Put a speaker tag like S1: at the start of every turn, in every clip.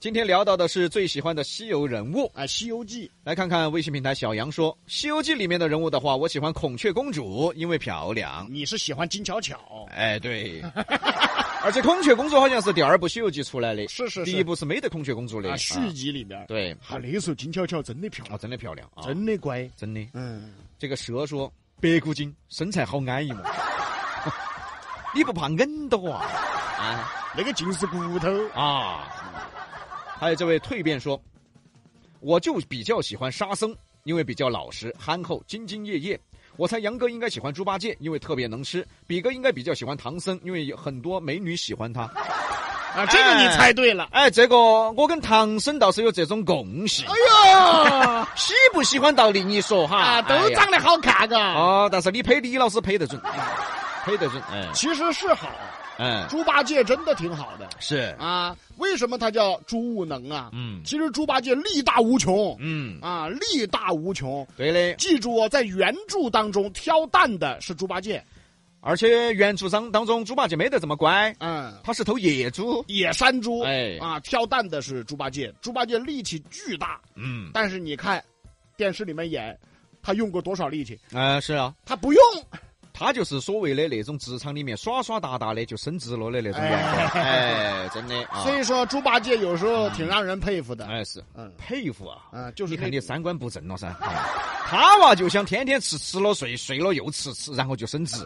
S1: 今天聊到的是最喜欢的西游人物，
S2: 啊，《西游记》
S1: 来看看微信平台小杨说，《西游记》里面的人物的话，我喜欢孔雀公主，因为漂亮。
S2: 你是喜欢金巧巧，
S1: 哎， 对，而且孔雀公主好像是第二部《西游记》出来的，
S2: 是是是
S1: 第一部是没得孔雀公主的
S2: 啊，续
S1: 啊
S2: 集里边，
S1: 对
S2: 啊，那时候金巧巧真的漂
S1: 啊，
S2: 亮，
S1: 真的漂亮啊，
S2: 真的乖，
S1: 真的。
S2: 嗯，
S1: 这个蛇说，白骨精身材好安逸 嘛， 你不怕硬到啊？啊。
S2: 那个尽是骨头，
S1: 啊。还有这位蜕变说，我就比较喜欢沙僧，因为比较老实、憨厚、兢兢业业。我猜杨哥应该喜欢猪八戒，因为特别能吃；比哥应该比较喜欢唐僧，因为有很多美女喜欢他。
S2: 啊，这个你猜对了，
S1: 哎，这个我跟唐僧倒是有这种共性。
S2: 哎
S1: 喜不喜欢道理你说哈？
S2: 呦，啊，
S1: 哎
S2: 都
S1: 呀
S2: 长得好看嘎，
S1: 哦，但是你配李老师配得准，配得准。哎
S2: 其实是好，
S1: 哎，
S2: 猪八戒真的挺好的
S1: 是，
S2: 啊，为什么他叫猪悟能啊？
S1: 嗯
S2: 其实猪八戒力大无穷，
S1: 嗯，
S2: 啊，力大无穷。
S1: 对的。
S2: 记住哦，在原著当中挑担的是猪八戒，
S1: 而且原著上当中猪八戒没得这么乖，
S2: 嗯，
S1: 他是头野猪。
S2: 野山猪，
S1: 哎
S2: 啊，挑担的是猪八戒。猪八戒力气巨大，
S1: 嗯，
S2: 但是你看，电视里面演，他用过多少力气？
S1: 呃，是啊，
S2: 他不用，
S1: 他就是所谓的那种职场里面耍耍打打的就升职了的那种
S2: 哎
S1: 员工，哎，真的啊，
S2: 所以说猪八戒有时候挺让人佩服的，
S1: 哎是
S2: 嗯。
S1: 佩服啊，
S2: 啊，就是
S1: 你看
S2: 那
S1: 你三观不正了噻，他娃就想天天吃吃了睡，睡了又吃吃，然后就升职，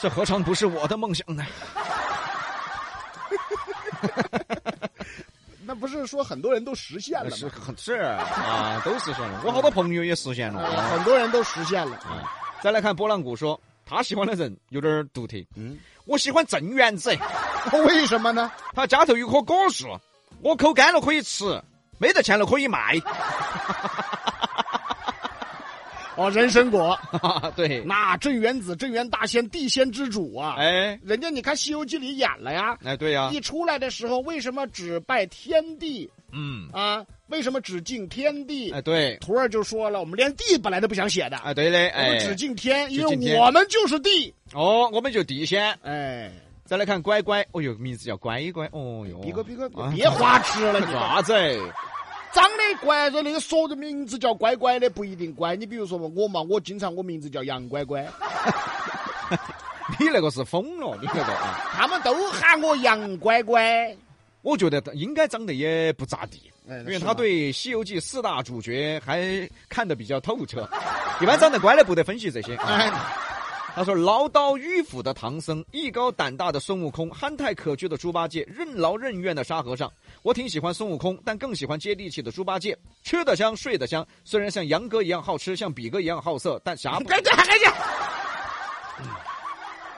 S1: 这何尝不是我的梦想呢？
S2: 那不是说很多人都实现了
S1: 是
S2: 吗？
S1: 很是啊，都实现了，我好多朋友也实现了。
S2: 呃
S1: 啊
S2: 很多人都实现 了。
S1: 再来看波浪鼓说，他喜欢的人有点儿独特，
S2: 嗯，
S1: 我喜欢郑元子。
S2: 为什么呢？
S1: 他家头有棵果树，我抠干了可以吃，没得钱了可以 卖。
S2: 哦，人参果，
S1: 对，
S2: 那镇元子、镇元大仙、地仙之主啊，
S1: 哎，
S2: 人家你看《西游记》里演了呀，
S1: 哎，对呀、
S2: 一出来的时候为什么只拜天地
S1: 嗯，
S2: 啊？为什么只敬天地
S1: 哎，？对，
S2: 徒儿就说了，我们连地本来都不想写的，
S1: 哎，对的，
S2: 我们只
S1: 哎，
S2: 敬天，
S1: 只敬
S2: 因为
S1: 天
S2: 我们就是地。
S1: 哦，我们就地仙。
S2: 哎，
S1: 再来看乖乖，哦哟，名字叫乖乖，哦哟，
S2: 比哥比哥，
S1: 啊
S2: 别花痴了，你
S1: 干啥子？
S2: 长得乖着那个说的名字叫乖乖的不一定乖。你比如说嘛，我嘛，我经常我名字叫杨乖乖，
S1: 你那个是疯了，你那个啊，
S2: 他们都喊我杨乖乖。
S1: 我觉得他应该长得也不咋地。
S2: 哎
S1: 因为
S2: 是
S1: 他
S2: 吗
S1: 对《西游记》四大主角还看得比较透 彻，一般长得乖的不得分析这些。啊
S2: 哎，
S1: 他说：“唠叨迂腐的唐僧，艺高胆大的孙悟空，憨态可掬的猪八戒，任劳任怨的沙和尚。我挺喜欢孙悟空，但更喜欢接地气的猪八戒。吃得香，睡得香。虽然像杨哥一样好吃，像比哥一样好色，但啥不
S2: 赶紧赶紧。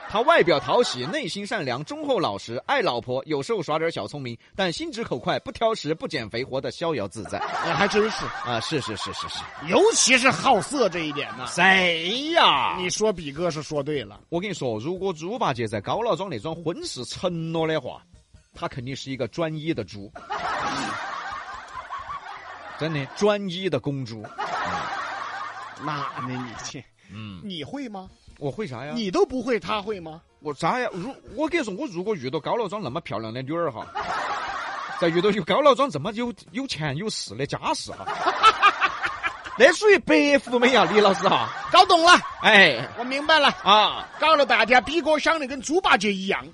S1: 他外表讨喜，内心善良，忠厚老实，爱老婆，有时候耍点小聪明，但心直口快，不挑食，不减肥，活得逍遥自在。
S2: 哎，还真是，
S1: 啊，是是是是是，
S2: 尤其是好色这一点呢、
S1: 谁呀
S2: 你说比哥是说对了，
S1: 我跟你说，如果猪八戒在高老庄那桩婚事成了的话，他肯定是一个专一的猪，真的专一的公猪。
S2: 那那你去，
S1: 嗯，
S2: 你会吗？
S1: 我会啥呀？
S2: 你都不会，他会吗？
S1: 我啥呀？如我跟你说，我如果遇到高老庄那么漂亮的女儿哈，再遇到有高老庄这么有有钱有势的家世哈，那属于白富美啊，李老师哈。
S2: 搞懂了，
S1: 哎
S2: 我明白了。
S1: 啊，
S2: 搞了半天，比哥想的跟猪八戒一样。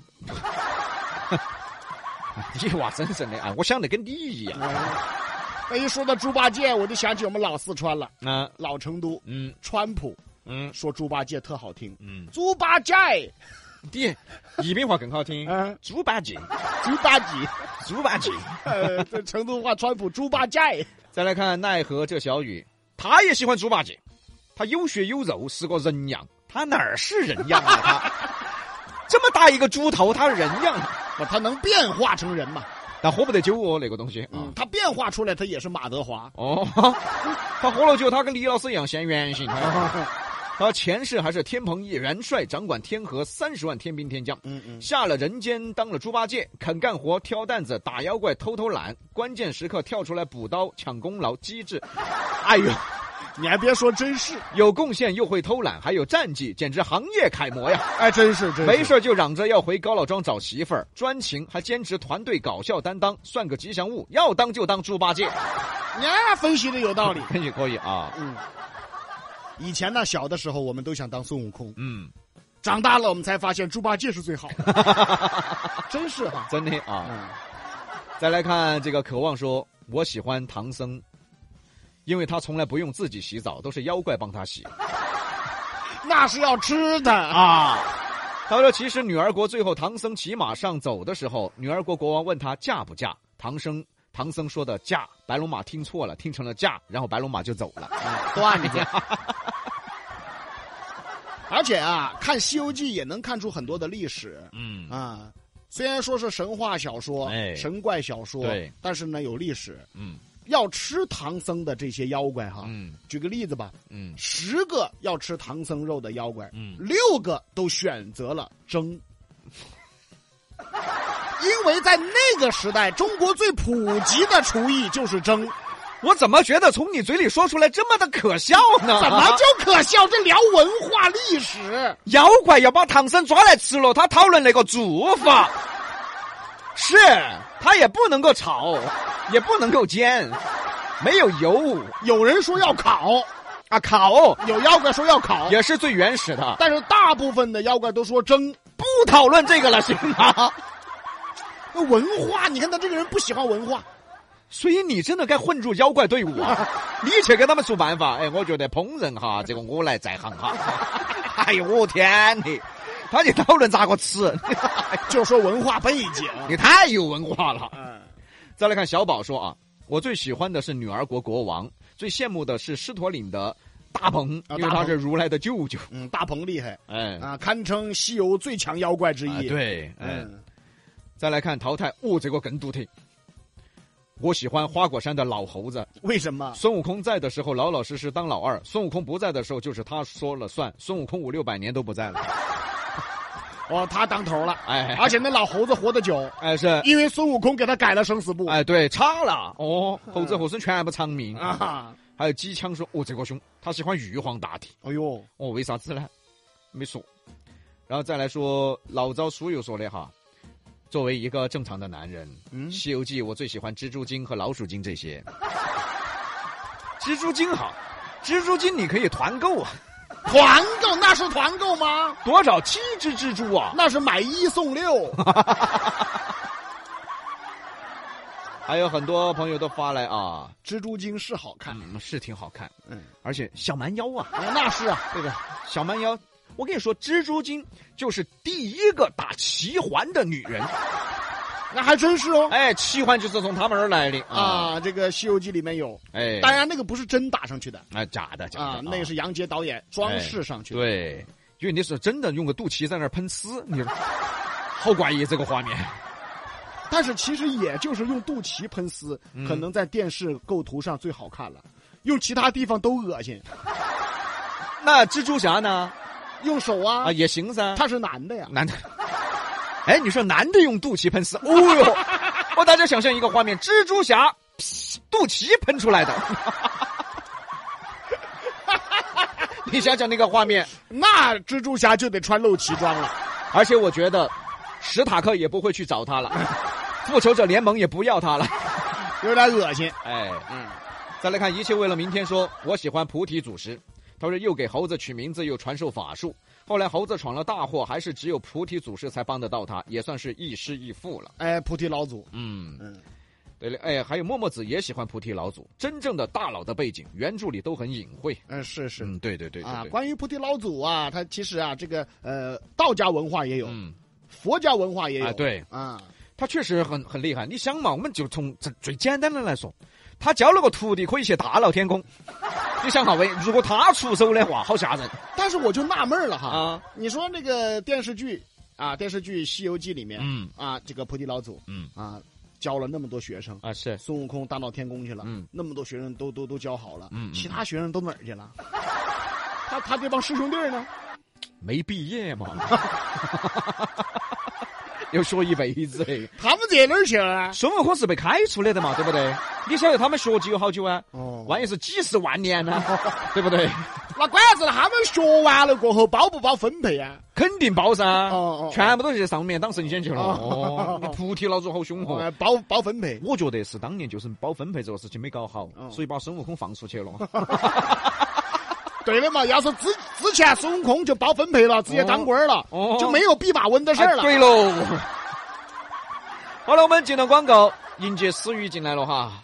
S1: 你娃真正的啊，我想的跟你一样。
S2: 那哎一说到猪八戒，我就想起我们老四川了，
S1: 啊，
S2: 老成都，
S1: 嗯
S2: 川普
S1: 嗯
S2: 说猪八戒特好听，
S1: 嗯，
S2: 猪八戒，
S1: 你宜宾话更好听。
S2: 嗯，
S1: 猪八戒，
S2: 猪八戒，
S1: 猪八戒。
S2: 呃，这成都话，川普猪八戒，
S1: 再来看奈何这小雨，他也喜欢猪八戒，他有血有肉，是个人样。他哪儿是人样啊？ 他这么大一个猪头，他人样吗？
S2: 不他能变化成人嘛？
S1: 但喝不得酒哦，那个东西啊。
S2: 嗯，他变化出来，他也是马德华。
S1: 哦， 他喝了酒，他跟李老师一样现原 形。他前世还是天蓬一元帅，掌管天河三十万天兵天将。
S2: 嗯嗯，
S1: 下了人间，当了猪八戒，肯干活，挑担子，打妖怪，偷偷懒，关键时刻跳出来补刀，抢功劳，机智。哎呦，
S2: 你还别说，真是，
S1: 有贡献又会偷懒，还有战绩，简直行业楷模呀！
S2: 哎，真是，真是
S1: 没事就嚷着要回高老庄找媳妇儿，专情还兼职团队搞笑担当，算个吉祥物，要当就当猪八戒，
S2: 你看分析的有道理。
S1: 也 可以啊。
S2: 嗯，以前呢，小的时候我们都想当孙悟空，
S1: 嗯，
S2: 长大了我们才发现猪八戒是最好的， 真是哈、
S1: 真的啊。
S2: 嗯，
S1: 再来看这个渴望说，我喜欢唐僧，因为他从来不用自己洗澡，都是妖怪帮他洗。
S2: 那是要吃的啊。
S1: 他说：“其实女儿国最后唐僧骑马上走的时候，女儿国国王问他嫁不嫁，唐僧唐僧说的嫁，白龙马听错了，听成了嫁，然后白龙马就走了。
S2: 断你去。 而且啊，看《西游记》也能看出很多的历史
S1: 嗯，
S2: 啊。虽然说是神话小说、
S1: 哎
S2: 神怪小说，
S1: 对，
S2: 但是呢有历史。
S1: 嗯，
S2: 要吃唐僧的这些妖怪哈，
S1: 嗯
S2: 举个例子吧，
S1: 嗯
S2: 十个要吃唐僧肉的妖怪，
S1: 嗯
S2: 六个都选择了蒸， 因为在那个时代，中国最普及的厨艺就是蒸，
S1: 我怎么觉得从你嘴里说出来这么的可笑呢？啊
S2: 怎么就可笑？这聊文化历史，
S1: 妖怪要把唐僧抓来吃了？他讨论那个做 法，是他也不能够炒，也不能够煎，没有油
S2: 有人说要烤，
S1: 啊，烤
S2: 有妖怪说要烤，
S1: 也是最原始的，
S2: 但是大部分的妖怪都说蒸。
S1: 不讨论这个了，行吗？
S2: 那文化，你看他这个人不喜欢文化，
S1: 所以你真的该混入妖怪队伍 啊！你去给他们出办法。哎，我觉得烹饪哈，这个我来在行哈。 哎呦，我天你，他去讨论咋个吃，
S2: 哎就说文化背景。
S1: 你太有文化了。
S2: 嗯，
S1: 再来看小宝说啊，我最喜欢的是女儿国国王，最羡慕的是狮驼岭的大鹏，
S2: 啊
S1: 因为
S2: 大
S1: 他
S2: 鹏
S1: 是如来的舅舅。
S2: 嗯，大鹏厉害
S1: 哎，
S2: 啊，堪称西游最强妖怪之一。
S1: 啊，对，哎，
S2: 嗯，
S1: 再来看淘汰，哦，这个更独特。我喜欢花果山的老猴子，
S2: 为什么？
S1: 孙悟空在的时候老老实实当老二，孙悟空不在的时候就是他说了算，孙悟空五六百年都不在了。
S2: 哦，他当头了，
S1: 哎，
S2: 而且那老猴子活得久，
S1: 哎是，
S2: 因为孙悟空给他改了生死簿。
S1: 哎对，差了哦，猴子猴孙全部长命啊。
S2: 啊，
S1: 还有机枪说，哦，这个凶，他喜欢玉皇大帝。
S2: 哎呦，
S1: 哦，为啥子呢？没说。然后再来说老赵书友说的哈，作为一个正常的男人，
S2: 嗯
S1: 《西游记》我最喜欢蜘蛛精和老鼠精这些。 蜘蛛精好，蜘蛛精你可以团购啊，
S2: 团购那是团 购吗？
S1: 多少七只蜘蛛啊！
S2: 那是买一送六。
S1: 还有很多朋友都发来啊，
S2: 蜘蛛精是好看，
S1: 嗯，是挺好看，
S2: 嗯，
S1: 而且小蛮腰啊，
S2: 哎那是啊， 对吧？
S1: 小蛮腰，我跟你说，蜘蛛精就是第一个打齐环的女 人，
S2: 那还真是哦。
S1: 哎，齐环就是从他们那儿来的啊，
S2: 啊，这个《西游记》里面有，
S1: 哎，
S2: 当然那个不是真打上去的
S1: 哎，假的假的
S2: 啊，那个是杨洁导演装饰上去的。
S1: 对，因为你是真的用个肚脐在那儿喷丝，你说好怪异这个 画面。
S2: 但是其实也就是用肚脐喷丝，
S1: 嗯
S2: 可能在电视构图上最好看了，用其他地方都恶心，
S1: 那蜘蛛侠呢？
S2: 用手啊
S1: 啊，，也行噻。
S2: 他是男的呀。
S1: 男的，哎，你说男的用肚脐喷丝，哦哟，我大家想象一个画面，蜘蛛侠肚脐喷出来的。 你想想那个画面，
S2: 那蜘蛛侠就得穿露脐装了。
S1: 而且我觉得史塔克也不会去找他了，复仇者联盟也不要他了。
S2: 有点恶心。
S1: 哎，
S2: 嗯，
S1: 再来看一切为了明天说，我喜欢菩提祖师。他说又给猴子取名字，又传授法术。后来猴子闯了大祸，还是只有菩提祖师才帮得到他，也算是亦师亦父了。
S2: 哎，菩提老祖，
S1: 嗯，
S2: 嗯，
S1: 对了，哎，还有默默子也喜欢菩提老祖，真正的大佬的背景，原著里都很隐晦。
S2: 嗯，是是、
S1: 嗯，对对对对
S2: 啊。
S1: 对，
S2: 关于菩提老祖啊，他其实啊，这个呃，道家文化也有，
S1: 嗯，
S2: 佛家文化也有。
S1: 啊，对
S2: 啊，
S1: 他确实很很厉害。你想嘛，我们就从最最简单的来说，他教了个徒弟可以去大闹天宫。你想哈，喂，如果他出手的话，好吓人
S2: 但是我就纳闷了哈，
S1: 啊！
S2: 你说那个电视剧啊，电视剧《西游记》里面、
S1: 嗯
S2: 啊，这个菩提老祖
S1: 嗯
S2: 啊，教了那么多学生。
S1: 啊是，
S2: 孙悟空大闹天宫去了，
S1: 嗯
S2: 那么多学生都都都教好了，
S1: 嗯嗯
S2: 其他学生都哪儿 去了？他他这帮师兄弟儿呢？
S1: 没毕业嘛。 要学一辈子的。
S2: 他们这哪儿去了呢？
S1: 孙悟空是被开除了的嘛，对不对？你晓得他们学籍有好久啊？
S2: 哦
S1: 万一是几十万年呢、 对不对？
S2: 那关键是他们学完了过后包不包分配啊？
S1: 肯定包噻，
S2: 哦哦
S1: 全部都去上面当神仙去了。
S2: 哦
S1: 哦，你菩提老祖好凶哦！
S2: 哦包包分配，
S1: 我觉得是当年就是包分配这个事情没搞好，
S2: 哦
S1: 所以把孙悟空放出去了。
S2: 对的嘛。要是之之前孙悟空就包分配了，直接当官儿了，
S1: 哦
S2: 就没有弼马温的事儿了。
S1: 哎对 喽。好了，我们进了广告，迎接思雨进来了哈。